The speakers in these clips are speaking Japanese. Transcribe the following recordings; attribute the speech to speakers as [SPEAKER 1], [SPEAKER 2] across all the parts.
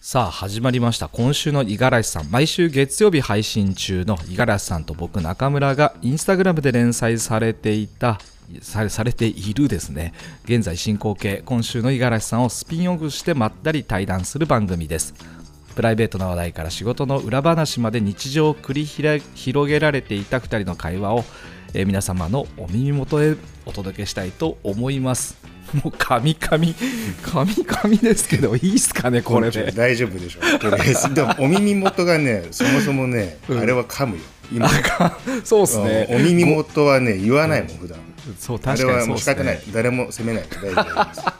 [SPEAKER 1] さあ始まりました今週の五十嵐さん毎週月曜日配信中の五十嵐さんと僕中村がインスタグラムで連載されていたされされているですね現在進行形今週の五十嵐さんをスピンオフしてまったり対談する番組ですプライベートな話題から仕事の裏話まで日常を繰りひら広げられていた2人の会話を、えー皆様のお耳元へお届けしたいと思いますもう神々神々ですけどいいっすかねこれで
[SPEAKER 2] 大丈夫でしょとりあえ ずでもお耳元がねそもそもね、
[SPEAKER 1] うん
[SPEAKER 2] あれは噛むよ今
[SPEAKER 1] そうですね。
[SPEAKER 2] お耳元はね言わないもん普段
[SPEAKER 1] そう
[SPEAKER 2] あれ
[SPEAKER 1] 確かに
[SPEAKER 2] は
[SPEAKER 1] そ
[SPEAKER 2] も
[SPEAKER 1] う
[SPEAKER 2] う
[SPEAKER 1] で
[SPEAKER 2] 仕
[SPEAKER 1] す
[SPEAKER 2] 方ない、
[SPEAKER 1] ね。
[SPEAKER 2] 誰も責めない大丈夫です、うん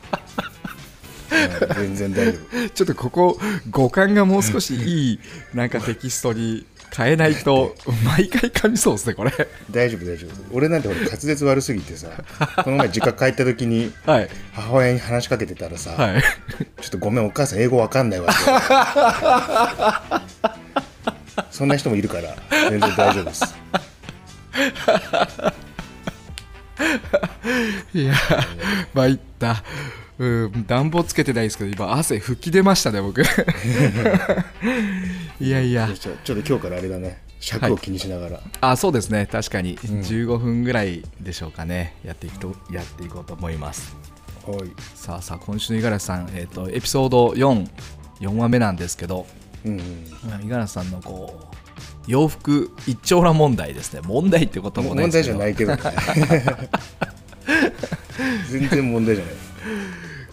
[SPEAKER 2] 全然大丈夫
[SPEAKER 1] ちょっとここ五感がもう少しいいなんかテキストに変えないと毎回噛みそうですね これ。
[SPEAKER 2] 大丈夫大丈夫俺なんてほら滑舌悪すぎてさこの前実家帰った時に
[SPEAKER 1] はい
[SPEAKER 2] 母親に話しかけてたらさ、
[SPEAKER 1] はい。
[SPEAKER 2] ちょっとごめんお母さん英語わかんない わってそんな人もいるから全然大丈夫です
[SPEAKER 1] いや 参った。うん暖房つけてないですけど今汗吹き出ましたね 僕。いやいや。
[SPEAKER 2] ちょちょっと今日からあれだね尺を気にしながら、
[SPEAKER 1] あそうですね確かに15分ぐらいでしょうかね、やっていくとやっていこうと思います。
[SPEAKER 2] はい
[SPEAKER 1] さあさあ今週の五十嵐さん、えー、とエピソード44話目なんですけど
[SPEAKER 2] うんうん、
[SPEAKER 1] うん五十嵐さんのこう洋服一丁羅問題ですね問題ってこともない
[SPEAKER 2] 問
[SPEAKER 1] です
[SPEAKER 2] 題
[SPEAKER 1] け
[SPEAKER 2] じゃ
[SPEAKER 1] ど
[SPEAKER 2] ないけど ね全然問題じゃない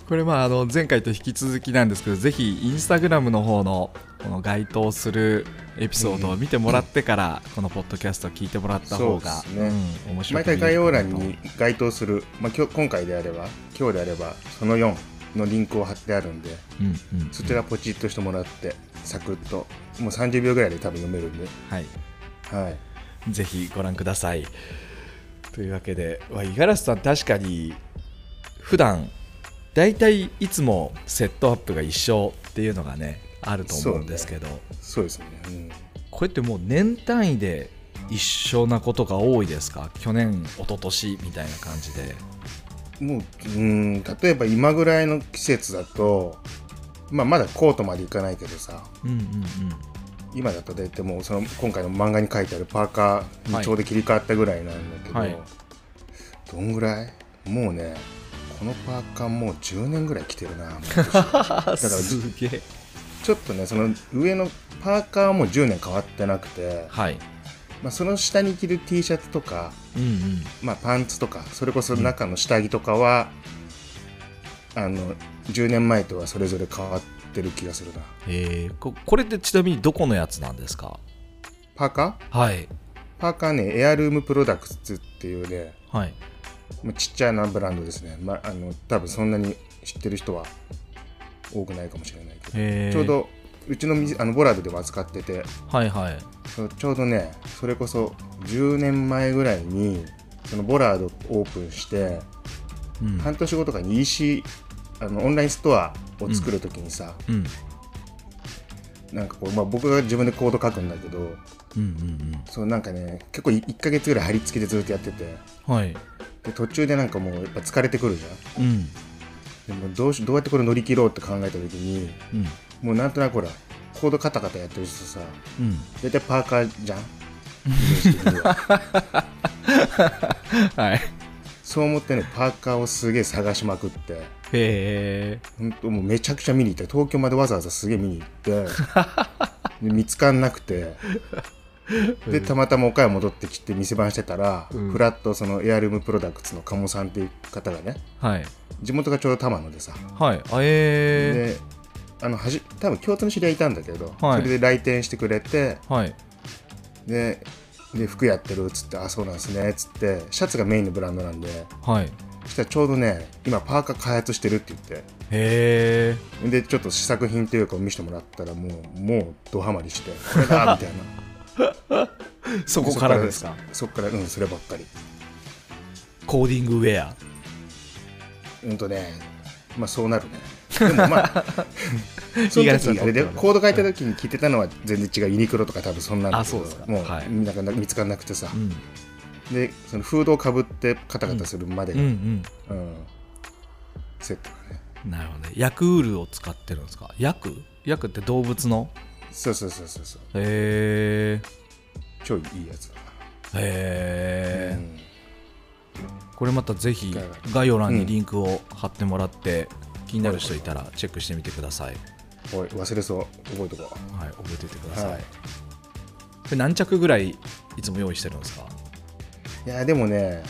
[SPEAKER 1] これまああの前回と引き続きなんですけどぜひインスタグラムの方のこの該当するエピソードを見てもらってから、このポッドキャストを聞いてもらった方が
[SPEAKER 2] そうですね
[SPEAKER 1] うん面白いか
[SPEAKER 2] 毎
[SPEAKER 1] な
[SPEAKER 2] 回
[SPEAKER 1] と
[SPEAKER 2] 概要欄に該当する、まあ、今日今回であれば今日であればその4のリンクを貼ってあるんで
[SPEAKER 1] うんうんうん
[SPEAKER 2] そちらポチッとしてもらってサクッともう30秒ぐらいで多分読めるんで、
[SPEAKER 1] はい
[SPEAKER 2] はい、
[SPEAKER 1] ぜひご覧ください。というわけで、まあ五十嵐さん、確かに普段だいたいいつもセットアップが一緒っていうのがね、あると思うんですけど、
[SPEAKER 2] そうですね、
[SPEAKER 1] これってもう年単位で一緒なことが多いですか、去年、一昨年みたいな感じで。
[SPEAKER 2] うん、もううん例えば今ぐらいの季節だと、まあ、まだコートまでいかないけどさ
[SPEAKER 1] うんうんうん、
[SPEAKER 2] 今だと大体もうその今回の漫画に書いてあるパーカーにちょうど切り替わったぐらいなんだけど、
[SPEAKER 1] はい
[SPEAKER 2] どんぐらいもうねこのパーカーもう10年ぐらい着てるなも う
[SPEAKER 1] すげえ。
[SPEAKER 2] ちょっとねその上のパーカーはもう10年変わってなく て、
[SPEAKER 1] はい。
[SPEAKER 2] まあ、その下に着る T シャツとか、
[SPEAKER 1] うんうん。
[SPEAKER 2] まあ、パンツとかそれこそ中の下着とかは、あの10年前とはそれぞれ変わってる気がするな
[SPEAKER 1] えー、ここれってちなみにどこのやつなんですか
[SPEAKER 2] パーカー
[SPEAKER 1] はい。
[SPEAKER 2] パーカーねエアルームプロダクツっていうね
[SPEAKER 1] はい。
[SPEAKER 2] まあ、ちっちゃなブランドですね、まあ、あの多分そんなに知ってる人は多くないかもしれないけど、
[SPEAKER 1] えー
[SPEAKER 2] ちょう。どうちのみあのボラードでも扱ってて
[SPEAKER 1] はいはい。
[SPEAKER 2] そうちょうどねそれこそ10年前ぐらいにそのボラードオープンして
[SPEAKER 1] うん。
[SPEAKER 2] 半年後とかに EC あのオンラインストアを作るときにさ、
[SPEAKER 1] うん
[SPEAKER 2] なんかこう、まあ、僕が自分でコード書くんだけど
[SPEAKER 1] うんうん
[SPEAKER 2] そうなんかね結構1ヶ月ぐらい張り付きでずっとやってて
[SPEAKER 1] うんはい
[SPEAKER 2] で途中でなんかもうやっぱ疲れてくるじゃん
[SPEAKER 1] うん
[SPEAKER 2] でもどうしどうやってこれ乗り切ろうって考えた時に
[SPEAKER 1] うん
[SPEAKER 2] もうなんとなくほらコードカタカタやってる人さ
[SPEAKER 1] うん
[SPEAKER 2] 大体パーカー じゃんイメージ的には
[SPEAKER 1] はいへ
[SPEAKER 2] そう思ってねパーカーをすげえ探しまくって
[SPEAKER 1] え
[SPEAKER 2] ほんともうめちゃくちゃ見に行って東京までわざわざすげえ見に 行ってで見つかんなくてでたまたま岡山戻ってきて店番してたら、
[SPEAKER 1] うん
[SPEAKER 2] フラッとそのエアルームプロダクツの鴨さんっていう方がね
[SPEAKER 1] はい
[SPEAKER 2] 地元がちょうど玉野でさ
[SPEAKER 1] はいあえ
[SPEAKER 2] であのはじ多分共通の知り合いいたんだけど、
[SPEAKER 1] はい
[SPEAKER 2] それで来店してくれて
[SPEAKER 1] ー、はい
[SPEAKER 2] でで服やってるっつって「あそうなんですね」っつってシャツがメインのブランドなんで
[SPEAKER 1] はいへ
[SPEAKER 2] そしたらちょうどね今パーカー開発してるって言っ
[SPEAKER 1] え
[SPEAKER 2] てでちょっと試作品というかを見せてもらったらもうもうドハマりして「これだ」みたいな
[SPEAKER 1] そ
[SPEAKER 2] こ
[SPEAKER 1] こからですか
[SPEAKER 2] そっからうんそればっかり
[SPEAKER 1] コーディングウェア
[SPEAKER 2] うんとねまあそうなるねでも まあそ
[SPEAKER 1] 意
[SPEAKER 2] の
[SPEAKER 1] 外と
[SPEAKER 2] 時あれでコード書いた時に聞いてたのは全然違うユニクロとか多分そんなんだけど
[SPEAKER 1] あそうですか
[SPEAKER 2] もう、
[SPEAKER 1] はい
[SPEAKER 2] なんか見つからなくてさ、
[SPEAKER 1] うん
[SPEAKER 2] でそのフードをかぶってカタカタするまで
[SPEAKER 1] うんう
[SPEAKER 2] が、
[SPEAKER 1] ん
[SPEAKER 2] うんセットがね
[SPEAKER 1] なるほどねヤクールを使ってるんですかヤクヤクって動物の
[SPEAKER 2] そうそうそうそうそう
[SPEAKER 1] へえ
[SPEAKER 2] 超いいやつだな、
[SPEAKER 1] へえ、
[SPEAKER 2] うん
[SPEAKER 1] これまたぜひ概要欄にリンクを貼ってもらって、気になる人いたらチェックしてみてください、
[SPEAKER 2] おい忘れそう覚えとこ
[SPEAKER 1] はい、覚えておいてくだ
[SPEAKER 2] う
[SPEAKER 1] さい、
[SPEAKER 2] は
[SPEAKER 1] こ
[SPEAKER 2] い
[SPEAKER 1] れ何着ぐらいいつも用意してるんですか
[SPEAKER 2] いやでもね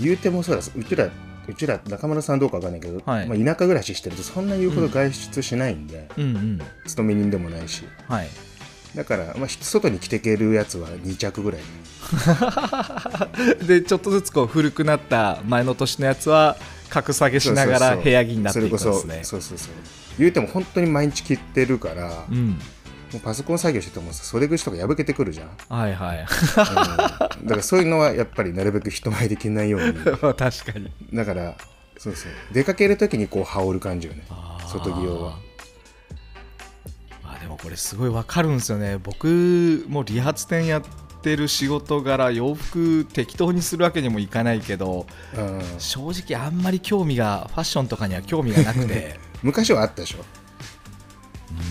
[SPEAKER 2] 言うてもそうだうちらうちら中村さんどうかわかんないけど、
[SPEAKER 1] はい
[SPEAKER 2] まあ、田舎暮らししてるとそんな言うほど外出しないんで、
[SPEAKER 1] うんうん
[SPEAKER 2] 勤め人でもないし
[SPEAKER 1] はい
[SPEAKER 2] だから、まあ、外に着てけるやつは2着ぐらい
[SPEAKER 1] でちょっとずつこう古くなった前の年のやつは格下げしなが
[SPEAKER 2] そう
[SPEAKER 1] ら
[SPEAKER 2] そうそう
[SPEAKER 1] 部屋着になっていくんで
[SPEAKER 2] そ
[SPEAKER 1] す
[SPEAKER 2] れ
[SPEAKER 1] ね
[SPEAKER 2] こそそうそうそう言うても本当に毎日着てるから、も
[SPEAKER 1] うん
[SPEAKER 2] うパソコン作業しててもさ袖口とか破けてくるじゃん、うん
[SPEAKER 1] はいはい
[SPEAKER 2] だからそういうのはやっぱりなるべく人前で着ないように
[SPEAKER 1] まあ確かに
[SPEAKER 2] だからそうそう出かける時にこう羽織る感じよね外着用は
[SPEAKER 1] まあでもこれすごいわかるんですよね僕も理髪店やってる仕事柄洋服適当にするわけにもいかないけど
[SPEAKER 2] うん
[SPEAKER 1] 正直あんまり興味がファッションとかには興味がなくて
[SPEAKER 2] 昔はあったでしょ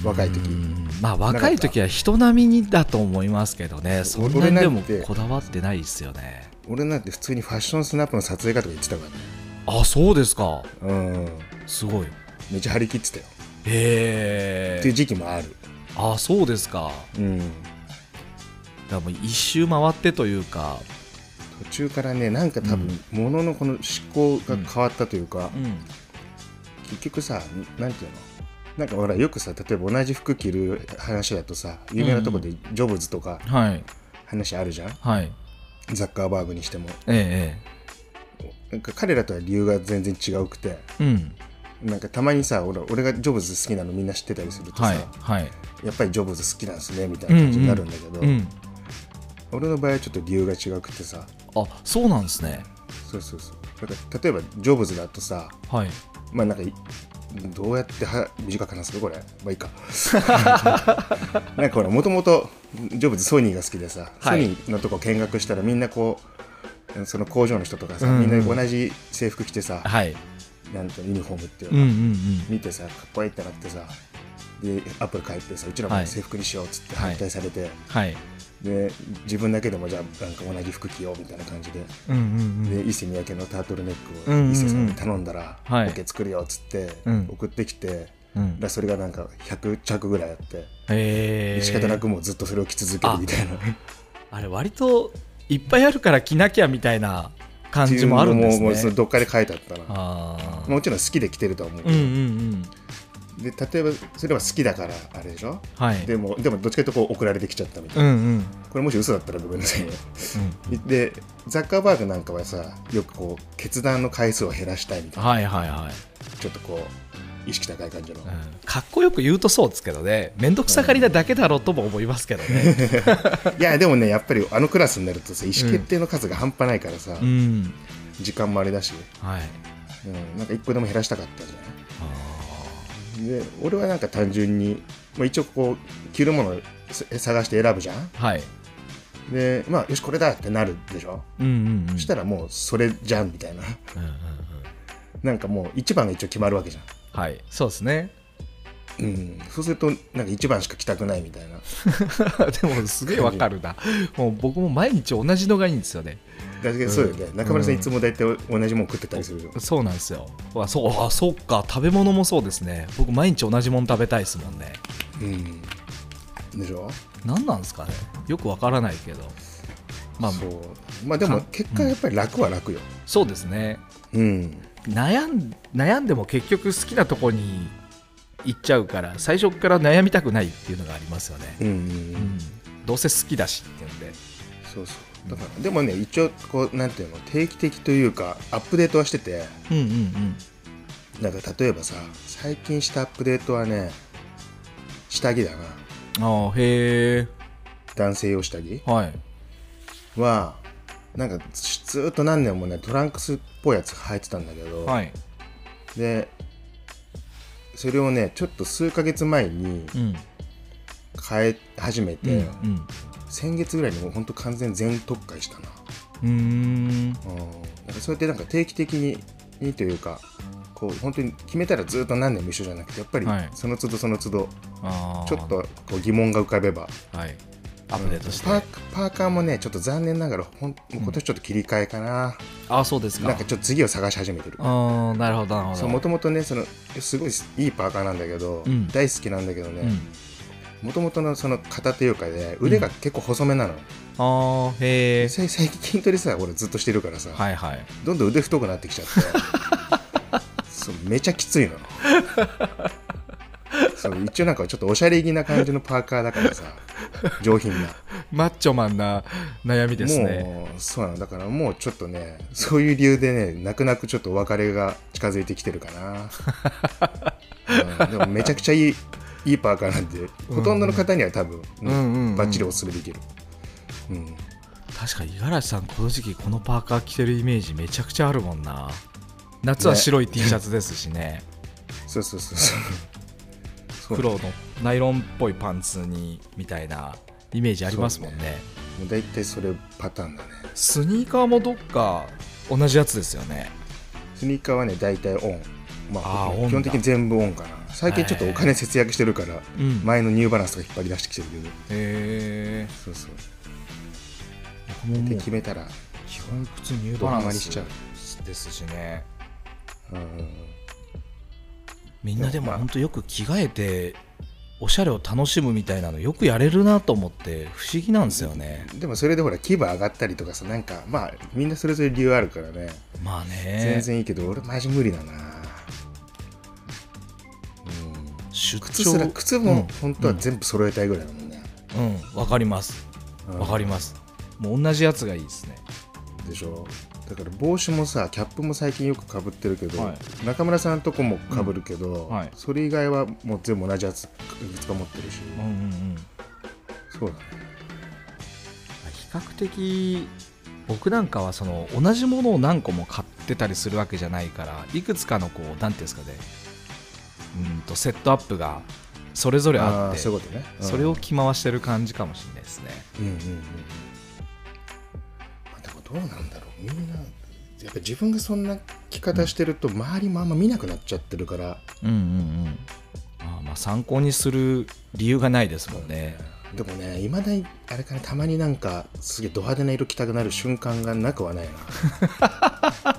[SPEAKER 2] 若い時
[SPEAKER 1] うんまあ若い時は人並みにだと思いますけどねそんなにでもこだわってないですよね
[SPEAKER 2] 俺なんて普通にファッションスナップの撮影かとか言ってたか
[SPEAKER 1] あそうですから
[SPEAKER 2] ね
[SPEAKER 1] すごい
[SPEAKER 2] うんめっちゃ張り切ってたよ
[SPEAKER 1] へ
[SPEAKER 2] っていう
[SPEAKER 1] え
[SPEAKER 2] 時期もある
[SPEAKER 1] あそうですか
[SPEAKER 2] うん
[SPEAKER 1] だからもう一周回ってというか
[SPEAKER 2] 途中からねなんか多分もののこの思考が変わったというか
[SPEAKER 1] うん
[SPEAKER 2] 結局さなんていうのなんかほらよくさ例えば同じ服着る話だとさ有名なとこでジョブズとか
[SPEAKER 1] はい
[SPEAKER 2] 話あるじゃん
[SPEAKER 1] はい
[SPEAKER 2] ザッカーバーグにしても
[SPEAKER 1] え
[SPEAKER 2] なんか彼らとは理由が全然違うくて
[SPEAKER 1] えええうん
[SPEAKER 2] なんかたまにさ俺俺がジョブズ好きなのみんな知ってたりするとさ、
[SPEAKER 1] はいはい
[SPEAKER 2] やっぱりジョブズ好きなんですねみたいな感じになるんだけど、
[SPEAKER 1] うん
[SPEAKER 2] 俺の場合はちょっと理由が違くてさ
[SPEAKER 1] あそうなんですね
[SPEAKER 2] そうそうそうだから例えばジョブズだとさ
[SPEAKER 1] はい
[SPEAKER 2] まあなんかいどうやっては短く話すのこれまあいいか なんかほらもともとジョブズソニーが好きでさ、
[SPEAKER 1] はい
[SPEAKER 2] ソニーのとこ見学したらみんなこうその工場の人とかさ、
[SPEAKER 1] うんうん
[SPEAKER 2] みんな同じ制服着てさ
[SPEAKER 1] はい
[SPEAKER 2] なんとユニフォームってい
[SPEAKER 1] う
[SPEAKER 2] う
[SPEAKER 1] んう
[SPEAKER 2] の、
[SPEAKER 1] んうん
[SPEAKER 2] 見てさかっこいいってなってさでアップル帰ってさうちら
[SPEAKER 1] は
[SPEAKER 2] も
[SPEAKER 1] い
[SPEAKER 2] 制服にしようっつって
[SPEAKER 1] はい
[SPEAKER 2] 反対されて、
[SPEAKER 1] はい
[SPEAKER 2] で自分だけでもじゃあなんか同じ服着ようみたいな感じで,、
[SPEAKER 1] うんうん
[SPEAKER 2] で伊勢三宅のタートルネック
[SPEAKER 1] うんうんう
[SPEAKER 2] を
[SPEAKER 1] ん
[SPEAKER 2] 伊勢さんに頼んだら、
[SPEAKER 1] はい
[SPEAKER 2] オッケー作るよっつって
[SPEAKER 1] うん
[SPEAKER 2] 送ってきて、
[SPEAKER 1] う
[SPEAKER 2] だ
[SPEAKER 1] ん
[SPEAKER 2] からそれがなんか100着ぐらいあって、
[SPEAKER 1] へえ
[SPEAKER 2] 仕方なくもうずっとそれを着続けるみたいな
[SPEAKER 1] あれ割といっぱいあるから着なきゃみたいな感
[SPEAKER 2] ってい
[SPEAKER 1] じ
[SPEAKER 2] うの
[SPEAKER 1] もあるんです
[SPEAKER 2] もうその
[SPEAKER 1] ね
[SPEAKER 2] どっかで書いてあったな
[SPEAKER 1] ああ
[SPEAKER 2] もちろん好きで着てるとは思うけ
[SPEAKER 1] うん
[SPEAKER 2] ど、
[SPEAKER 1] うんうん
[SPEAKER 2] で例えばそれは好きだからあれでしょ
[SPEAKER 1] はい
[SPEAKER 2] でもでもどっちかというとこう送られてきちゃったみたいな
[SPEAKER 1] うんうんうん
[SPEAKER 2] これもし嘘だったらごめんなさいねでザッカーバーグなんかはさよくこう決断の回数を減らしたいみたい
[SPEAKER 1] はいはいはい
[SPEAKER 2] なちょっとこう意識高い感じの、
[SPEAKER 1] うんかっこよく言うとそうですけどね面倒くさがりなだけだろうとも思いますけどね
[SPEAKER 2] いやでもねやっぱりあのクラスになるとさ意思決定の数が半端ないからさ、
[SPEAKER 1] うん
[SPEAKER 2] 時間もあれだし、
[SPEAKER 1] はい
[SPEAKER 2] うん、なんか一個でも減らしたかったじゃ
[SPEAKER 1] あ
[SPEAKER 2] ないで俺はなんか単純に、まあ、一応こう着るものを探して選ぶじゃん
[SPEAKER 1] ーはい
[SPEAKER 2] でまあよしこれだってなるでしょ、
[SPEAKER 1] うんうんうん
[SPEAKER 2] そしたらもうそれじゃんみたいな
[SPEAKER 1] うんうんうん
[SPEAKER 2] なんかもう一番が一応決まるわけじゃん
[SPEAKER 1] はいそうですね
[SPEAKER 2] うん、そうするとなんか1番しか着たくないみたいな
[SPEAKER 1] でもすげえわかるなもう僕も毎日同じのがいいんですよね
[SPEAKER 2] だけどそうよね、中村さんいつも大体同じもん食ってたりするじゃん、
[SPEAKER 1] そうなんですよあそうあそうか食べ物もそうですね僕毎日同じもの食べたいですもんね
[SPEAKER 2] でしょ
[SPEAKER 1] 何なんですかねよくわからないけどまあ
[SPEAKER 2] そ
[SPEAKER 1] そう
[SPEAKER 2] うまあでも
[SPEAKER 1] か
[SPEAKER 2] 結果やっぱり楽は楽よ
[SPEAKER 1] ですね
[SPEAKER 2] うん
[SPEAKER 1] 悩ん悩んでも結局好きなとこに行っちゃうから最初から悩みたくないっていうのがありますよね、
[SPEAKER 2] うん、
[SPEAKER 1] うん、どうせ好きだしっていうんで
[SPEAKER 2] そうそうだからでもね一応こうなんていうの定期的というかアップデートはしてて
[SPEAKER 1] うんうん
[SPEAKER 2] なんか例えばさ最近したアップデートはね下着だな
[SPEAKER 1] うんああへえ
[SPEAKER 2] 男性用下着
[SPEAKER 1] はい
[SPEAKER 2] はなんかずーっと何年もねトランクスっぽいやつ履いてたんだけど、
[SPEAKER 1] はい
[SPEAKER 2] でそれをねちょっと数ヶ月前に
[SPEAKER 1] うん
[SPEAKER 2] 変え始め
[SPEAKER 1] う
[SPEAKER 2] て、
[SPEAKER 1] んうん
[SPEAKER 2] 先月ぐらいにもうほんと完全全特化したな,、
[SPEAKER 1] うーん
[SPEAKER 2] うん、なんかそうやってなんか定期的ににというかこう本当に決めたらずっと何年も一緒じゃなくてやっぱり
[SPEAKER 1] はい
[SPEAKER 2] その都度その都度
[SPEAKER 1] あー
[SPEAKER 2] ちょっとこう疑問が浮かべば
[SPEAKER 1] はいアップデートして、
[SPEAKER 2] うんパーパーカーもねちょっと残念ながらほんもう今年ちょっと切り替えかな、
[SPEAKER 1] ああそうですか
[SPEAKER 2] なんかちょっと次を探し始めてる
[SPEAKER 1] ああなるほどなるほど
[SPEAKER 2] そうもともとねそのすごいいいパーカーなんだけど、
[SPEAKER 1] うん
[SPEAKER 2] 大好きなんだけど
[SPEAKER 1] う
[SPEAKER 2] ね
[SPEAKER 1] ん、
[SPEAKER 2] もともとのその型というかね腕が結構細めなの、
[SPEAKER 1] ああへえ
[SPEAKER 2] さ最近筋トレさ俺ずっとしてるからさ、
[SPEAKER 1] はいはい
[SPEAKER 2] どんどん腕太くなってきちゃって そうめちゃきついのそう一応なんかちょっとおしゃれ着な感じのパーカーだからさ上品な
[SPEAKER 1] マッチョマンな悩みですね
[SPEAKER 2] もうそうなのだからもうちょっとねそういう理由でね泣く泣くちょっとお別れが近づいてきてるかな、うんでもめちゃくちゃいいいいパーカーなんでほとんどの方には多分、
[SPEAKER 1] うんうんうん
[SPEAKER 2] バッチリおすすめできる、うん、
[SPEAKER 1] 確かに五十嵐さんこの時期このパーカー着てるイメージめちゃくちゃあるもんな夏は白い T シャツですしね
[SPEAKER 2] そうそうそう そうそう
[SPEAKER 1] 黒のナイロンっぽいパンツにみたいなイメージありますもんね
[SPEAKER 2] もう大体それパターンだね
[SPEAKER 1] スニーカーもどっか同じやつですよね
[SPEAKER 2] スニーカーはね大体オンまあ
[SPEAKER 1] あーオンだ
[SPEAKER 2] 基本的に全部オンかな最近ちょっとお金節約してるから
[SPEAKER 1] うん
[SPEAKER 2] 前のニューバランスとか引っ張り出してきてるけど
[SPEAKER 1] へえ
[SPEAKER 2] そうそう
[SPEAKER 1] 僕もも
[SPEAKER 2] で
[SPEAKER 1] う
[SPEAKER 2] 決めたら
[SPEAKER 1] 基本靴ニュー
[SPEAKER 2] ド
[SPEAKER 1] バ
[SPEAKER 2] ラ
[SPEAKER 1] ラ
[SPEAKER 2] マ
[SPEAKER 1] ン
[SPEAKER 2] にしちゃう
[SPEAKER 1] スですしね
[SPEAKER 2] うんうんうん
[SPEAKER 1] みんなで
[SPEAKER 2] でも
[SPEAKER 1] も
[SPEAKER 2] まあ
[SPEAKER 1] 本当よく着替えておしゃれを楽しむみたいなのよくやれるなと思って不思議なんですよね
[SPEAKER 2] でもそれでほら牙上がったりとかさなんかまあみんなそれぞれ理由あるからね、
[SPEAKER 1] まあね
[SPEAKER 2] 全然いいけど俺マジ無理だなうん
[SPEAKER 1] 出
[SPEAKER 2] 靴
[SPEAKER 1] 張
[SPEAKER 2] すら靴
[SPEAKER 1] うん
[SPEAKER 2] も本当は全部揃えたいぐらいだもんね、
[SPEAKER 1] うんわかりますわかりますもう同じやつがいいですね
[SPEAKER 2] でしょだから帽子もさキャップも最近よくかぶってるけど、
[SPEAKER 1] は
[SPEAKER 2] 中村さんとこもかぶるけど、
[SPEAKER 1] んはい
[SPEAKER 2] それ以外はもう全部同じやついくつか持ってるし、
[SPEAKER 1] うんうんうん
[SPEAKER 2] そうだね
[SPEAKER 1] 比較的僕なんかはその同じものを何個も買ってたりするわけじゃないからいくつかのこう何ていうんですかねうんとセットアップがそれぞれあ
[SPEAKER 2] あ
[SPEAKER 1] っ
[SPEAKER 2] ー
[SPEAKER 1] て
[SPEAKER 2] そういうことね、うん
[SPEAKER 1] それを着回してる感じかもしれないですね
[SPEAKER 2] うんうんうんうんまあでもどうなんだろうみんなやっぱ自分がそんな着方してると周りもあんま見なくなっちゃってるから、
[SPEAKER 1] うんうんうんまあまあ参考にする理由がないですもんね
[SPEAKER 2] でもねいまだにあれかなたまになんかすげえド派手な色着たくなる瞬間がなくはないな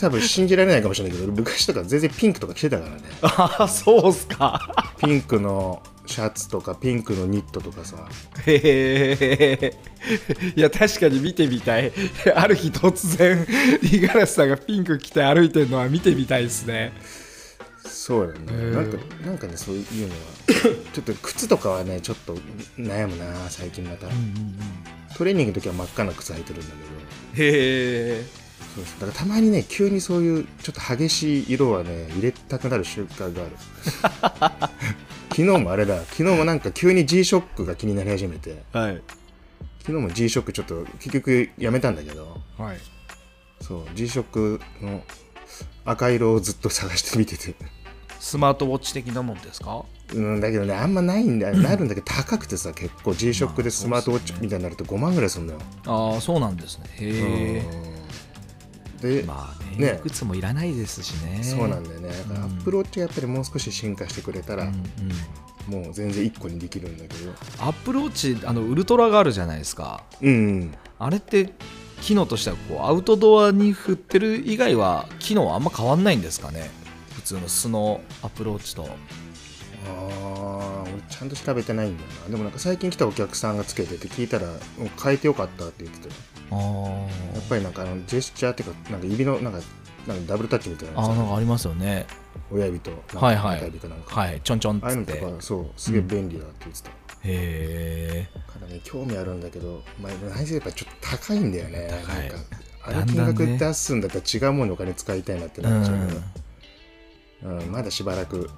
[SPEAKER 2] 多分信じられないかもしれないけど俺昔とか全然ピンクとか着てたからね
[SPEAKER 1] ああそうっすか
[SPEAKER 2] ピンクのシャツとかピンクのニットとかさ
[SPEAKER 1] へえいや確かに見てみたいある日突然五十嵐さんがピンク着て歩いてるのは見てみたいですね
[SPEAKER 2] そうだね、
[SPEAKER 1] ー
[SPEAKER 2] なんかなんかねそういうのはちょっと靴とかはねちょっと悩むな最近また、トレーニングの時は真っ赤な靴履いてるんだけど
[SPEAKER 1] へえ
[SPEAKER 2] そうそうだからたまにね急にそういうちょっと激しい色はね入れたくなる習慣がある昨日もあれだ昨日もなんか急に G ショックが気になり始めて
[SPEAKER 1] はい
[SPEAKER 2] 昨日も G ショックちょっと結局やめたんだけど
[SPEAKER 1] はい
[SPEAKER 2] そう G ショックの赤色をずっと探してみてて
[SPEAKER 1] スマートウォッチ的なもんですか
[SPEAKER 2] うん、だけどね、あんまないんだよ、なるんだけど、高くてさ、結構 G-SHOCK でスマートウォッチみたいになると5万ぐらいするんだよ。
[SPEAKER 1] ああそうなんですねへえ
[SPEAKER 2] うんで、
[SPEAKER 1] まあねい
[SPEAKER 2] ね
[SPEAKER 1] くつもいらないですしね
[SPEAKER 2] そうなんだよね、だから
[SPEAKER 1] う
[SPEAKER 2] ア
[SPEAKER 1] ん
[SPEAKER 2] ップローチがやっぱりもう少し進化してくれたら、
[SPEAKER 1] うんうん
[SPEAKER 2] もう全然1個にできるんだけど、
[SPEAKER 1] アップローチあのウルトラがあるじゃないですか
[SPEAKER 2] うんうん、
[SPEAKER 1] あれって機能としてはこうアウトドアに振ってる以外は機能はあんま変わんないんですかね普通の素のアプローチと
[SPEAKER 2] あー、俺、ちゃんと調べてないんだよな、でもなんか最近来たお客さんがつけてて、聞いたら、もう変えてよかったって言ってたよ
[SPEAKER 1] あ
[SPEAKER 2] やっぱりなんかあのジェスチャーっていうか、なんか指のなんか、なんかダブルタッチみたいな
[SPEAKER 1] あ
[SPEAKER 2] やつ
[SPEAKER 1] なんかありますよね
[SPEAKER 2] 親指と、
[SPEAKER 1] はいはい
[SPEAKER 2] 中指かなんか。
[SPEAKER 1] はいちょんちょんっ
[SPEAKER 2] ああいう
[SPEAKER 1] つっ
[SPEAKER 2] のと
[SPEAKER 1] てへ
[SPEAKER 2] かそうすげえ便利だって言ってた、
[SPEAKER 1] え
[SPEAKER 2] からね興味あるんだけど、まあ、何せやっぱちょっと高いんだよね
[SPEAKER 1] 高い
[SPEAKER 2] なんかあ
[SPEAKER 1] だ
[SPEAKER 2] の
[SPEAKER 1] ん
[SPEAKER 2] 金
[SPEAKER 1] だんね
[SPEAKER 2] 額出すんだったら違うものにお金使いたいなって
[SPEAKER 1] う
[SPEAKER 2] なっちゃうけ
[SPEAKER 1] ん
[SPEAKER 2] ど、うんまだしばらく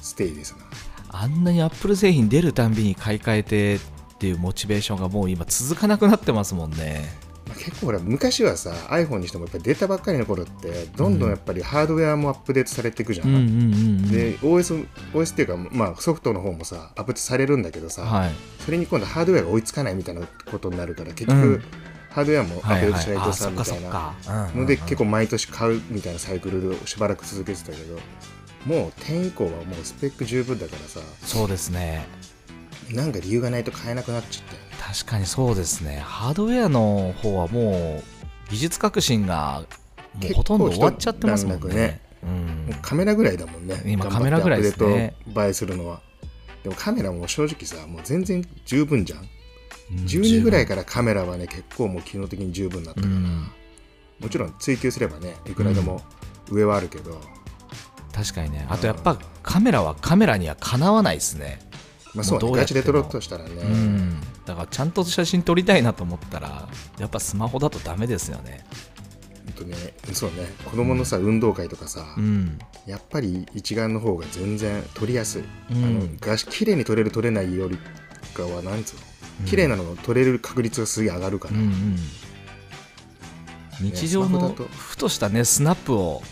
[SPEAKER 2] ステイですな
[SPEAKER 1] あんなにアップル製品出るたんびに買い替えてっていうモチベーションがもう今続かなくなってますもんね
[SPEAKER 2] まあ、結構ほら昔はさ iPhone にしてもやっぱり出たばっかりの頃ってどんどんやっぱりハードウェアもアップデートされていくじゃん、
[SPEAKER 1] うんうんうんうん
[SPEAKER 2] で OS, OS っていうか、まあ、ソフトの方もさアップデートされるんだけどさ、
[SPEAKER 1] はい
[SPEAKER 2] それに今度ハードウェアが追いつかないみたいなことになるから結
[SPEAKER 1] うん
[SPEAKER 2] 局ハードウェアもア
[SPEAKER 1] は
[SPEAKER 2] ップ
[SPEAKER 1] い
[SPEAKER 2] デート
[SPEAKER 1] は
[SPEAKER 2] し
[SPEAKER 1] い
[SPEAKER 2] ない
[SPEAKER 1] あ
[SPEAKER 2] とさ、
[SPEAKER 1] そっ
[SPEAKER 2] み
[SPEAKER 1] か
[SPEAKER 2] た
[SPEAKER 1] そっ
[SPEAKER 2] いな
[SPEAKER 1] か、うんうんうん
[SPEAKER 2] ので結構毎年買うみたいなサイクルをしばらく続けてたけどもう10以降はもうスペック十分だからさ
[SPEAKER 1] そうですね
[SPEAKER 2] なんか理由がないと買えなくなっちゃったよ
[SPEAKER 1] 確かにそうですねハードウェアの方はもう技術革新がもうほとんど終わっちゃってますもんねうん
[SPEAKER 2] もうカメラぐらいだもんね
[SPEAKER 1] 今
[SPEAKER 2] 頑張って
[SPEAKER 1] カメラぐらいですね
[SPEAKER 2] アップデート映えするのはでもカメラも正直さもう全然十分じゃん
[SPEAKER 1] うん
[SPEAKER 2] 12ぐらいからカメラはね結構もう機能的に十分だったから、
[SPEAKER 1] うん
[SPEAKER 2] もちろん追求すればねいくらでも上はあるけど、
[SPEAKER 1] 確かにねあとやっぱカメラはカメラにはかなわないですね
[SPEAKER 2] まあそう
[SPEAKER 1] もう
[SPEAKER 2] ね
[SPEAKER 1] どうや
[SPEAKER 2] ガ
[SPEAKER 1] って
[SPEAKER 2] チ
[SPEAKER 1] も
[SPEAKER 2] で撮ろうとしたらね、
[SPEAKER 1] うんだからちゃんと写真撮りたいなと思ったらやっぱスマホだとダメですよね
[SPEAKER 2] ほんとねそうね子供のさ運動会とかさ、
[SPEAKER 1] うん
[SPEAKER 2] やっぱり一眼の方が全然撮りやすい、
[SPEAKER 1] うん
[SPEAKER 2] あの画質綺麗に撮れる撮れないよりかはなんつうの
[SPEAKER 1] うん
[SPEAKER 2] 綺麗なのが撮れる確率がすげえ上がるか
[SPEAKER 1] う
[SPEAKER 2] ら、
[SPEAKER 1] んうん日常
[SPEAKER 2] スマホ
[SPEAKER 1] の
[SPEAKER 2] だと
[SPEAKER 1] ふとしたねスナップを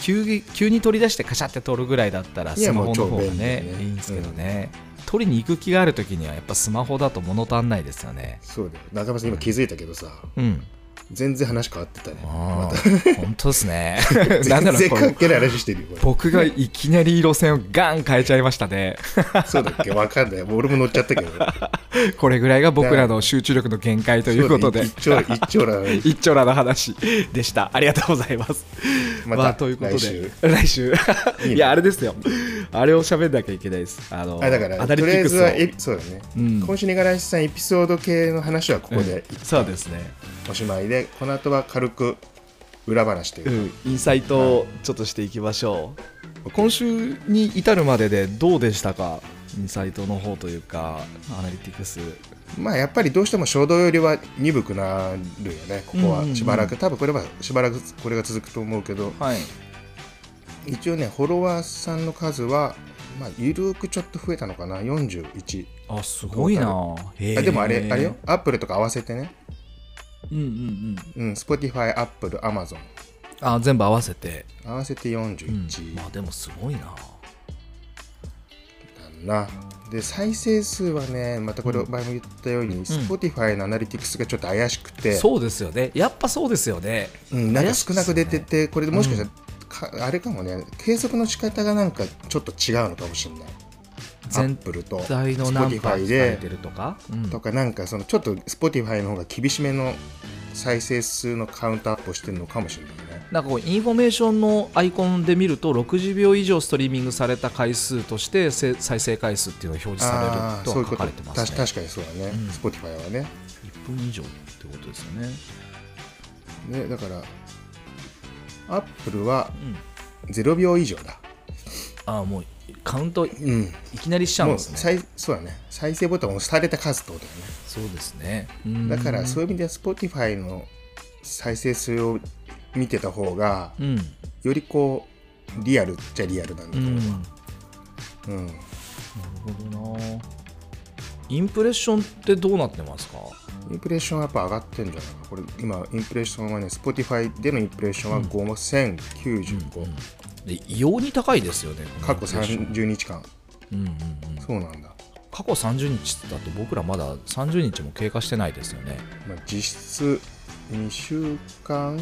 [SPEAKER 1] 急に急に取り出してカシャって撮るぐらいだったら
[SPEAKER 2] い
[SPEAKER 1] ス
[SPEAKER 2] や
[SPEAKER 1] マホ
[SPEAKER 2] も
[SPEAKER 1] の
[SPEAKER 2] う超
[SPEAKER 1] 方がね
[SPEAKER 2] 便利だよ
[SPEAKER 1] い
[SPEAKER 2] ね
[SPEAKER 1] いんですけどね、取りに行く気がある時にはやっぱスマホだと物足んないですよね
[SPEAKER 2] そうだよ中村さん今気づいたけどさ
[SPEAKER 1] うん
[SPEAKER 2] 全然話変わってたね
[SPEAKER 1] あ
[SPEAKER 2] ま
[SPEAKER 1] ー本当ですねな
[SPEAKER 2] た
[SPEAKER 1] んだ ろう
[SPEAKER 2] 全然
[SPEAKER 1] これ
[SPEAKER 2] 関係ない話してるよこ
[SPEAKER 1] 僕がいきなり路線をガン変えちゃいましたね
[SPEAKER 2] れそうだっけわかんないもう俺も乗っちゃったけど
[SPEAKER 1] これぐらいが僕らの集中力の限 界ということで
[SPEAKER 2] そうだ一丁一丁なの に
[SPEAKER 1] 一丁羅の話でしたありがとうございます
[SPEAKER 2] また
[SPEAKER 1] ということで
[SPEAKER 2] 来週
[SPEAKER 1] 来週い
[SPEAKER 2] いいね
[SPEAKER 1] やあれですよあれを喋んなきゃいけないですあの
[SPEAKER 2] あだか
[SPEAKER 1] ア
[SPEAKER 2] ら
[SPEAKER 1] ナ
[SPEAKER 2] と
[SPEAKER 1] リ
[SPEAKER 2] りあ
[SPEAKER 1] ティ
[SPEAKER 2] え
[SPEAKER 1] クス
[SPEAKER 2] ず
[SPEAKER 1] を
[SPEAKER 2] はエピそうだね、
[SPEAKER 1] うん
[SPEAKER 2] 今週にガしさんエピソード系の話はここで
[SPEAKER 1] うんそうですね、
[SPEAKER 2] おしまいで、この後は軽く裏話といううか、
[SPEAKER 1] ん、インサイトをちょっとしていきましょう今週に至るまででどうでしたかインサイトの方というかアナリティクス
[SPEAKER 2] まあやっぱりどうしても衝動よりは鈍くなるよねここ
[SPEAKER 1] うんうんう
[SPEAKER 2] は
[SPEAKER 1] ん
[SPEAKER 2] しばらく、多分これはしばらくこれが続くと思うけど
[SPEAKER 1] はい
[SPEAKER 2] 一応ねフォロワーさんの数はまあゆるくちょっと増えたのかな41、
[SPEAKER 1] あすごいなへー
[SPEAKER 2] あでもあれあれよアップルとか合わせてね
[SPEAKER 1] うんうんうん
[SPEAKER 2] うん Spotify アップルアマゾン
[SPEAKER 1] あ全部合わせて、
[SPEAKER 2] 合わせて
[SPEAKER 1] うん
[SPEAKER 2] 41
[SPEAKER 1] まあでもすごいな
[SPEAKER 2] だな、で再生数はねまたこれ前も言ったように、Spotify のアナリティクスがちょっと怪しくて
[SPEAKER 1] そうですよねやっぱそうですよね
[SPEAKER 2] うん、なんか少なく出てて、これでもしかした
[SPEAKER 1] う
[SPEAKER 2] ら、かあれかもね、計測の仕方がなんかちょっと違うのかもしれない。ア
[SPEAKER 1] 全
[SPEAKER 2] ップルと
[SPEAKER 1] 体のナンパー
[SPEAKER 2] Spotify
[SPEAKER 1] され
[SPEAKER 2] で
[SPEAKER 1] て、るとか、うん
[SPEAKER 2] とかなんかそのちょっと Spotify の方が厳しめの再生数のカウントアップをしてるのかもしれないね。
[SPEAKER 1] なんかこうインフォメーションのアイコンで見ると60秒以上ストリーミングされた回数としてせ再生回数っていうのが表示さ
[SPEAKER 2] あー
[SPEAKER 1] れ
[SPEAKER 2] そうい
[SPEAKER 1] ると書か
[SPEAKER 2] うこと、
[SPEAKER 1] れてま
[SPEAKER 2] た
[SPEAKER 1] すね
[SPEAKER 2] 確かにそうだね、
[SPEAKER 1] うん
[SPEAKER 2] Spotify はね。
[SPEAKER 1] 1分以上ってことですよね、
[SPEAKER 2] ねだから、アップルは
[SPEAKER 1] うん、
[SPEAKER 2] 0秒以上だ。
[SPEAKER 1] ああもうカウントい
[SPEAKER 2] うん、
[SPEAKER 1] きなりしちゃうん
[SPEAKER 2] もう
[SPEAKER 1] ですね
[SPEAKER 2] 再そうだね再生ボタンを押された数ってことだよね。
[SPEAKER 1] そうですね
[SPEAKER 2] だからそう
[SPEAKER 1] う
[SPEAKER 2] いう意味では Spotify の再生数を見てた方が
[SPEAKER 1] んうん、
[SPEAKER 2] よりこうリアルっちゃリアルなんだ
[SPEAKER 1] う
[SPEAKER 2] と思
[SPEAKER 1] ん、
[SPEAKER 2] う
[SPEAKER 1] なる
[SPEAKER 2] わ、うん
[SPEAKER 1] ほどなインプレッションってどうなってますか
[SPEAKER 2] インプレッションはやっぱ上がってるんじゃないかこれ今インプレッションはね Spotify でのインプレッションは5095、
[SPEAKER 1] で異様に高いですよねイ
[SPEAKER 2] 過去
[SPEAKER 1] ンプレッション
[SPEAKER 2] 30日間
[SPEAKER 1] うんうんうん
[SPEAKER 2] そうなんだ、
[SPEAKER 1] 過去30日って言ったって僕らまだ30日も経過してないですよね
[SPEAKER 2] まあ、実質2週間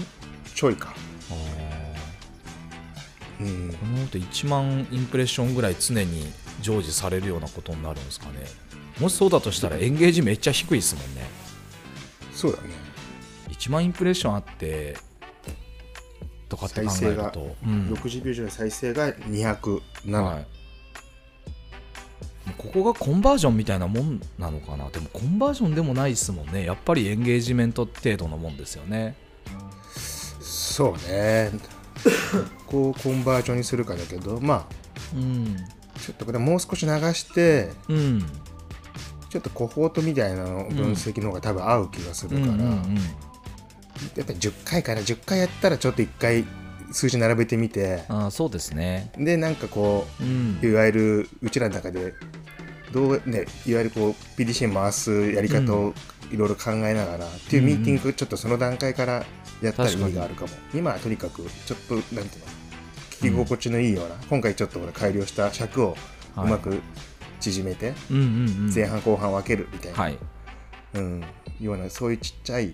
[SPEAKER 2] ちょいか
[SPEAKER 1] あ
[SPEAKER 2] うん
[SPEAKER 1] このと1万インプレッションぐらい常に常時されるようなことになるんですかねもしそうだとしたらエンゲージめっちゃ低いですもんね
[SPEAKER 2] そうだね
[SPEAKER 1] 1万インプレッションあってとかって
[SPEAKER 2] 再
[SPEAKER 1] 考え
[SPEAKER 2] 生
[SPEAKER 1] る
[SPEAKER 2] が
[SPEAKER 1] と、
[SPEAKER 2] 60秒以上の再生が207、
[SPEAKER 1] うんはいここがコンバージョンみたいなもんなのかなでもコンバージョンでもないですもんねやっぱりエンゲージメント程度のもんですよね
[SPEAKER 2] そうねこうコンバージョンにするかだけどま
[SPEAKER 1] うん
[SPEAKER 2] あちょっとこれもう少し流して
[SPEAKER 1] うん
[SPEAKER 2] ちょっとコホートみたいなのを分析の方が多分合う気がするから、
[SPEAKER 1] うんうんうん
[SPEAKER 2] やっぱり10回から10回やったらちょっと1回数字並べてみて
[SPEAKER 1] あーそうですね
[SPEAKER 2] でなんかこ
[SPEAKER 1] うん
[SPEAKER 2] ういわゆるうちらの中でどうねいわゆるこう PDC 回すやり方をいろいろ考えながら、っていうミーティングちょっとその段階からやったら意味があるかも今はとにかくちょっとなんていうの聞き心地のいいような、今回ちょっとほら改良した尺をう
[SPEAKER 1] はいう
[SPEAKER 2] まく縮めて、
[SPEAKER 1] うんうんうん
[SPEAKER 2] 前半後半分けるみたいな、
[SPEAKER 1] はい
[SPEAKER 2] うん、ようなそういうちっちゃい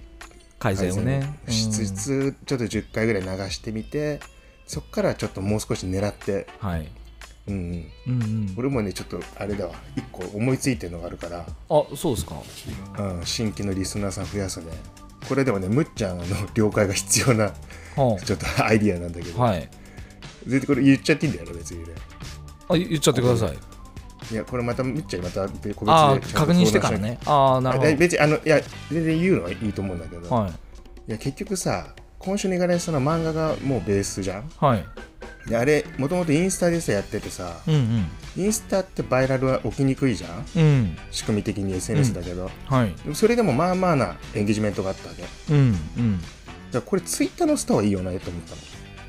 [SPEAKER 1] 改善をね
[SPEAKER 2] 改善をしつつちょっと10回ぐらい流してみてそっからちょっともう少し狙って
[SPEAKER 1] はい
[SPEAKER 2] うんうん
[SPEAKER 1] うんうん
[SPEAKER 2] 俺もねちょっとあれだわ一個思いついてるのがあるから、
[SPEAKER 1] あそうですか
[SPEAKER 2] うん、新規のリスナーさん増やすねこれでもねむっちゃんの了解が必要な
[SPEAKER 1] は
[SPEAKER 2] ちょっとアイディアなんだけ
[SPEAKER 1] あ
[SPEAKER 2] ど、
[SPEAKER 1] はい
[SPEAKER 2] 全然これ言っちゃっていいんだよね別にね
[SPEAKER 1] あ言っちゃってください
[SPEAKER 2] いやこれまたむっちゃんまた個別でちゃ
[SPEAKER 1] あ
[SPEAKER 2] んと
[SPEAKER 1] ー確認してからねああな
[SPEAKER 2] 相
[SPEAKER 1] る
[SPEAKER 2] 談
[SPEAKER 1] ほ
[SPEAKER 2] しなきゃ別にあのいや全然言うのはいいと思うんだけど、
[SPEAKER 1] どはい
[SPEAKER 2] いや結局さ今週の五十嵐さんの漫画がもうベースじゃん
[SPEAKER 1] はい
[SPEAKER 2] であれもともとインスタでさやっててさ
[SPEAKER 1] うん
[SPEAKER 2] インスタってバイラルは起きにくいじゃん
[SPEAKER 1] うんうん
[SPEAKER 2] 仕組み的に SNS だけど、
[SPEAKER 1] はい
[SPEAKER 2] でもそれでもまあまあなエンゲージメントがあったわけ
[SPEAKER 1] うんうん
[SPEAKER 2] じゃあこれツイッターのスターはいいよねと思ったの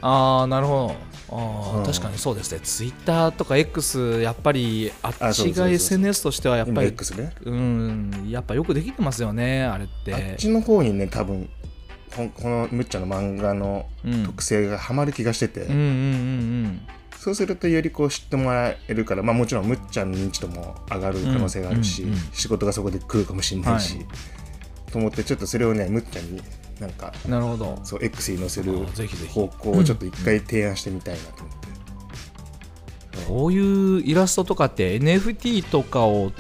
[SPEAKER 1] ああなるほどあー、
[SPEAKER 2] うん
[SPEAKER 1] 確かにそうですねツイッターとか X やっぱりあっ
[SPEAKER 2] そうそ
[SPEAKER 1] ち
[SPEAKER 2] うそうそ
[SPEAKER 1] が
[SPEAKER 2] う
[SPEAKER 1] SNS としてはやっぱ
[SPEAKER 2] 今
[SPEAKER 1] り
[SPEAKER 2] X ね、
[SPEAKER 1] うんやっぱよくできてますよねあれって
[SPEAKER 2] あっちの方にね多分こんこのむっちゃんの漫画の
[SPEAKER 1] うん
[SPEAKER 2] 特性がハマる気がしてて、
[SPEAKER 1] うんうんうん
[SPEAKER 2] そうするとよりこう知ってもらえるから、まあ、もちろんむっちゃんの認知度も上がる可能性があるし、
[SPEAKER 1] うんうんうん
[SPEAKER 2] 仕事がそこで来るかもしれないし、
[SPEAKER 1] は
[SPEAKER 2] と思ってちょっとそれをねむっちゃんになんか
[SPEAKER 1] うんなるほど
[SPEAKER 2] そう X に載せる
[SPEAKER 1] あぜひぜひ
[SPEAKER 2] 方向をちょっと一回提案してみたいなと思って、
[SPEAKER 1] こういうイラストとかって NFT とかを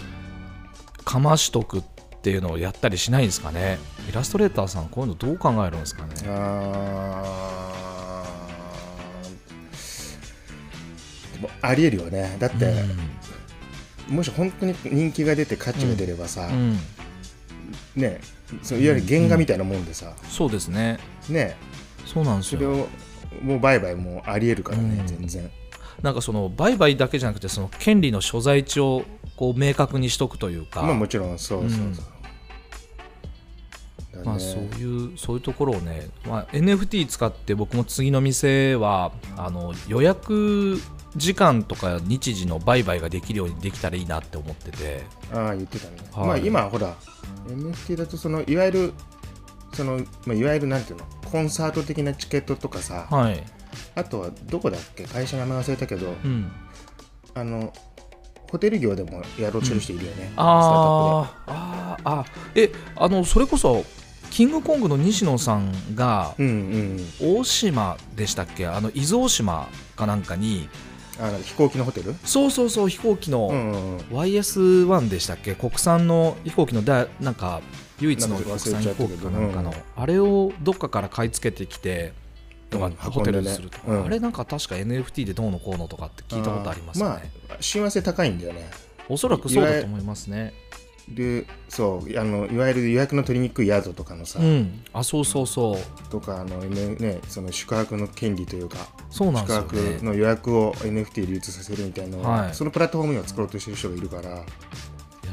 [SPEAKER 1] かましとくっていうのをやったりしないんですかねイラストレーターさんこういうのどう考えるんですかね
[SPEAKER 2] あーでもありえるよねだって、もし本当に人気が出て価値が出ればさ、
[SPEAKER 1] うん、うん
[SPEAKER 2] ねそのいわゆる原画みたいなもんでさ、
[SPEAKER 1] そうですね
[SPEAKER 2] ね
[SPEAKER 1] そうなんです
[SPEAKER 2] それ
[SPEAKER 1] よ
[SPEAKER 2] をもう売買もありえるからね、
[SPEAKER 1] うん
[SPEAKER 2] 全然
[SPEAKER 1] なんかその売買だけじゃなくてその権利の所在地をこう明確にしとくというか、
[SPEAKER 2] まあもちろんそうそうそう、だね
[SPEAKER 1] まあ、そういうそういうところをね、まあ、NFT 使って僕も次の店はあの予約時間とか日時の売買ができるようにできたらいいなって思ってて
[SPEAKER 2] ああ言ってたね、
[SPEAKER 1] はい
[SPEAKER 2] まあ今ほら NFT だとそのいわゆるその、まあ、いわゆるなんていうのコンサート的なチケットとかさ、
[SPEAKER 1] はい、
[SPEAKER 2] あとはどこだっけ会社の名前忘れたけど
[SPEAKER 1] うん、
[SPEAKER 2] あのホテル業でもやろうとしてる人いるよね、スタートアッ
[SPEAKER 1] あーあーあえあのそれこそキングコングの西野さんが
[SPEAKER 2] プでうんうんうん
[SPEAKER 1] 大島でしたっけあの伊豆大島かなんかに
[SPEAKER 2] あの飛行機のホテル
[SPEAKER 1] そうそうそう飛行機の、
[SPEAKER 2] うんうんうん
[SPEAKER 1] YS1 でしたっけ国産の飛行機のだなんか唯一の
[SPEAKER 2] なんか
[SPEAKER 1] 国
[SPEAKER 2] 忘
[SPEAKER 1] 産
[SPEAKER 2] れちゃ
[SPEAKER 1] 飛
[SPEAKER 2] った
[SPEAKER 1] 行
[SPEAKER 2] け
[SPEAKER 1] 機
[SPEAKER 2] ど
[SPEAKER 1] かなんかの、あれをどっかから買い付けてきてとか、
[SPEAKER 2] うん
[SPEAKER 1] ホテルにするとか、
[SPEAKER 2] 運んでねうん
[SPEAKER 1] あれなんか確か NFT でどうのこうのとかって聞いたことありますね、
[SPEAKER 2] あーまあ親和性高いんだよね
[SPEAKER 1] おそらくそうだと思いますね
[SPEAKER 2] でそうあのいわゆる予約の取りにくい宿とかのさ、
[SPEAKER 1] うんあそうそうそう
[SPEAKER 2] とかあの、ねね、その宿泊の権利というか
[SPEAKER 1] そうなん
[SPEAKER 2] 宿
[SPEAKER 1] ですよ
[SPEAKER 2] 泊
[SPEAKER 1] ね
[SPEAKER 2] の予約を NFT 流通させるみたいなのは、
[SPEAKER 1] はい
[SPEAKER 2] そのプラットフォームを作ろうとしてる人がいるから、
[SPEAKER 1] いや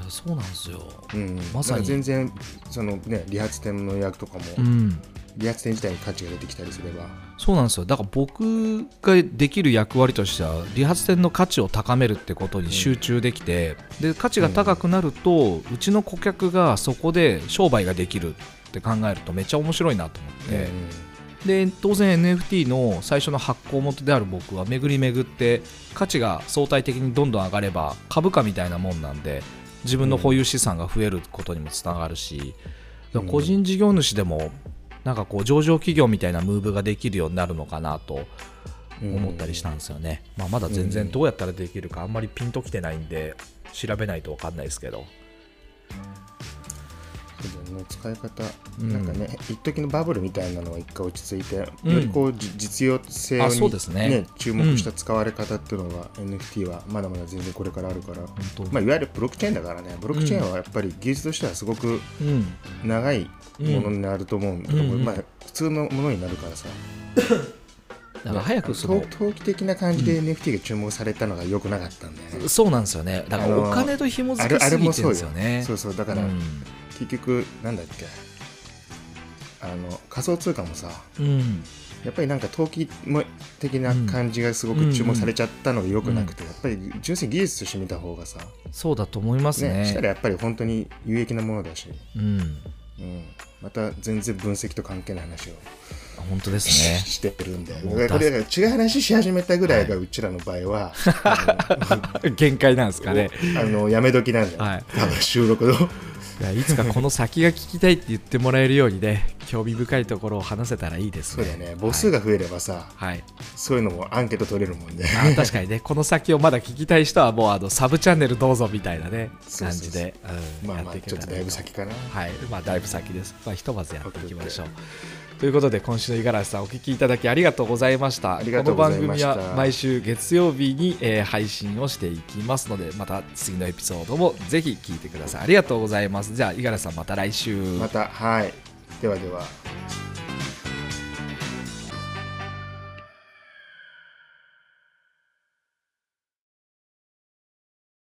[SPEAKER 1] そうなんですよ
[SPEAKER 2] うん、
[SPEAKER 1] まさに
[SPEAKER 2] だから全然その、ね、理髪店の予約とかも、
[SPEAKER 1] うん
[SPEAKER 2] 理髪店自体に価値が出てきたりすれば、
[SPEAKER 1] そうなんですよだから僕ができる役割としては理髪店の価値を高めるってことに集中できて、で価値が高くなると、うちの顧客がそこで商売ができるって考えるとめっちゃ面白いなと思って、で当然 NFT の最初の発行元である僕は巡り巡って価値が相対的にどんどん上がれば株価みたいなもんなんで自分の保有資産が増えることにもつながるし、だから個人事業主でもなんかこう上場企業みたいなムーブができるようになるのかなと
[SPEAKER 2] うん
[SPEAKER 1] 思ったりしたんですよね、まあ、まだ全然どうやったらできるかあんまりピンときてないんで調べないと分かんないですけど
[SPEAKER 2] そうだよね使い方、
[SPEAKER 1] うん
[SPEAKER 2] なんかね一時のバブルみたいなのが一回落ち着いて、
[SPEAKER 1] うん
[SPEAKER 2] よりこうじ実用性
[SPEAKER 1] あ
[SPEAKER 2] に
[SPEAKER 1] そうですね
[SPEAKER 2] 注目した使われ方っていうのが、NFT はまだまだ全然これからあるから、
[SPEAKER 1] 本当、
[SPEAKER 2] まあ、いわゆるブロックチェーンだからねブロックチェーンはやっぱり技術としてはすごく
[SPEAKER 1] うん
[SPEAKER 2] 長いものになると思うんだけど、
[SPEAKER 1] うんうん
[SPEAKER 2] まあ、普通のものになるからさ、
[SPEAKER 1] だから早くその
[SPEAKER 2] 投投機的な感じで NFT が注目されたのが良くなかったんだよね、
[SPEAKER 1] そうなんですよねだからお金と紐
[SPEAKER 2] あ
[SPEAKER 1] 付
[SPEAKER 2] れ
[SPEAKER 1] け
[SPEAKER 2] あ
[SPEAKER 1] す
[SPEAKER 2] れ
[SPEAKER 1] ぎ
[SPEAKER 2] も
[SPEAKER 1] て
[SPEAKER 2] そ
[SPEAKER 1] るん
[SPEAKER 2] う
[SPEAKER 1] ですよ
[SPEAKER 2] よ
[SPEAKER 1] ね
[SPEAKER 2] そうそうだから、
[SPEAKER 1] うん
[SPEAKER 2] 結局なんだっけあの仮想通貨もさ
[SPEAKER 1] うん
[SPEAKER 2] やっぱりなんか投機も的な感じがすごく注目されちゃったのが良くなくて、やっぱり純粋に技術として見た方がさ、
[SPEAKER 1] そうだと思います
[SPEAKER 2] ね
[SPEAKER 1] ね
[SPEAKER 2] したらやっぱり本当に有益なものだし、
[SPEAKER 1] うん
[SPEAKER 2] うん、また全然分析と関係ない話を
[SPEAKER 1] あ本当ですね
[SPEAKER 2] してるんで、
[SPEAKER 1] もう出す
[SPEAKER 2] これだから違う話し始めたぐらいがうちらの場 合は、あの
[SPEAKER 1] 限界なんですかね
[SPEAKER 2] あのやめ時なんだよ、
[SPEAKER 1] はい
[SPEAKER 2] 多分収録の
[SPEAKER 1] いやいつかこの先が聞きたいって言ってもらえるようにね、興味深いところを話せたらいいです
[SPEAKER 2] そう
[SPEAKER 1] ね。
[SPEAKER 2] だね母数が増えればさ、
[SPEAKER 1] はい。はい
[SPEAKER 2] そういうのもアンケート取れるもんね
[SPEAKER 1] あ確かに ね、この先をまだ聞きたい人は、もうあのサブチャンネルどうぞみたいなね、
[SPEAKER 2] そう
[SPEAKER 1] 感
[SPEAKER 2] そ
[SPEAKER 1] じ
[SPEAKER 2] うそう
[SPEAKER 1] で、うん
[SPEAKER 2] まあまあ
[SPEAKER 1] やて
[SPEAKER 2] ち
[SPEAKER 1] い
[SPEAKER 2] ょっ
[SPEAKER 1] けたら
[SPEAKER 2] とだい
[SPEAKER 1] いい
[SPEAKER 2] ぶ
[SPEAKER 1] な
[SPEAKER 2] 先かな
[SPEAKER 1] はい、まあだいぶ先です。まあひとまずやっていきましょう。ということで今週の五十嵐さんお聞きいただきありがとうございました。
[SPEAKER 2] ありがとうございました
[SPEAKER 1] この番組は毎週月曜日に、えー配信をしていきますので、また次のエピソードもぜひ聞いてください。ありがとうございます。じゃあ五十嵐さんまた来週。
[SPEAKER 2] またはいではでは